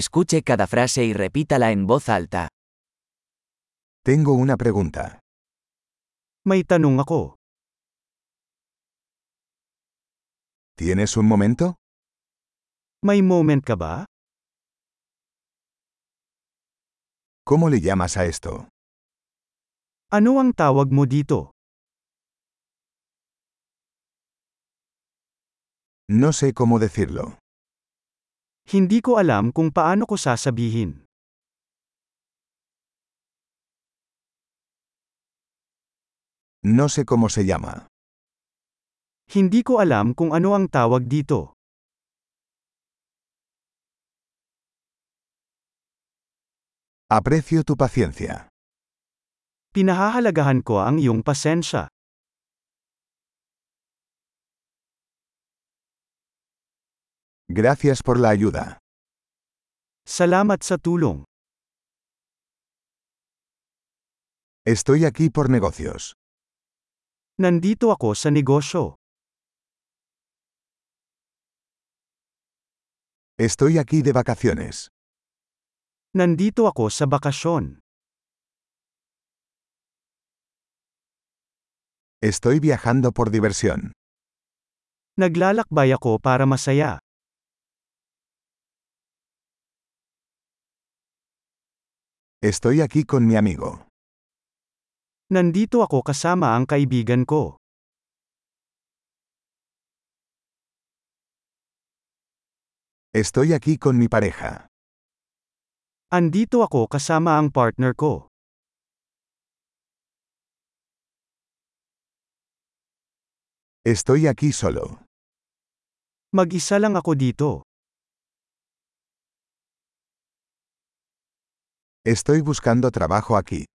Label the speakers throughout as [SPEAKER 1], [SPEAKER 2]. [SPEAKER 1] Escuche cada frase y repítala en voz alta.
[SPEAKER 2] Tengo una pregunta.
[SPEAKER 3] May tanong ako.
[SPEAKER 2] ¿Tienes un momento?
[SPEAKER 3] May moment ka ba?
[SPEAKER 2] ¿Cómo le llamas a esto?
[SPEAKER 3] Ano ang tawag mo dito?
[SPEAKER 2] No sé cómo decirlo.
[SPEAKER 3] Hindi ko alam kung paano ko sasabihin.
[SPEAKER 2] No sé cómo se llama.
[SPEAKER 3] Hindi ko alam kung ano ang tawag dito.
[SPEAKER 2] Aprecio tu paciencia.
[SPEAKER 3] Pinahahalagahan ko ang iyong pasensya.
[SPEAKER 2] Gracias por la ayuda.
[SPEAKER 3] Salamat sa tulong.
[SPEAKER 2] Estoy aquí por negocios.
[SPEAKER 3] Nandito ako sa negosyo.
[SPEAKER 2] Estoy aquí de vacaciones.
[SPEAKER 3] Nandito ako sa bakasyon.
[SPEAKER 2] Estoy viajando por diversión.
[SPEAKER 3] Naglalakbay ako para masaya.
[SPEAKER 2] Estoy aquí con mi amigo.
[SPEAKER 3] Nandito ako kasama ang kaibigan ko.
[SPEAKER 2] Estoy aquí con mi pareja.
[SPEAKER 3] Andito ako kasama ang partner ko.
[SPEAKER 2] Estoy aquí solo.
[SPEAKER 3] Mag-isa lang ako dito.
[SPEAKER 2] Estoy buscando trabajo aquí.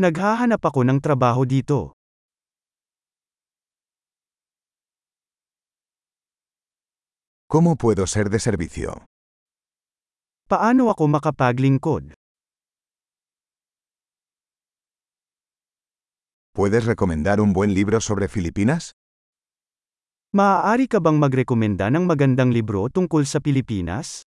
[SPEAKER 3] Naghahanap ako ng trabaho dito.
[SPEAKER 2] ¿Cómo puedo ser de servicio?
[SPEAKER 3] Paano ako makapaglingkod?
[SPEAKER 2] ¿Puedes recomendar un buen libro sobre Filipinas?
[SPEAKER 3] Maaari ka bang magrekomenda ng magandang libro tungkol sa Pilipinas?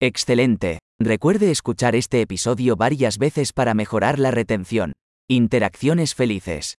[SPEAKER 1] Excelente. Recuerde escuchar este episodio varias veces para mejorar la retención. Interacciones felices.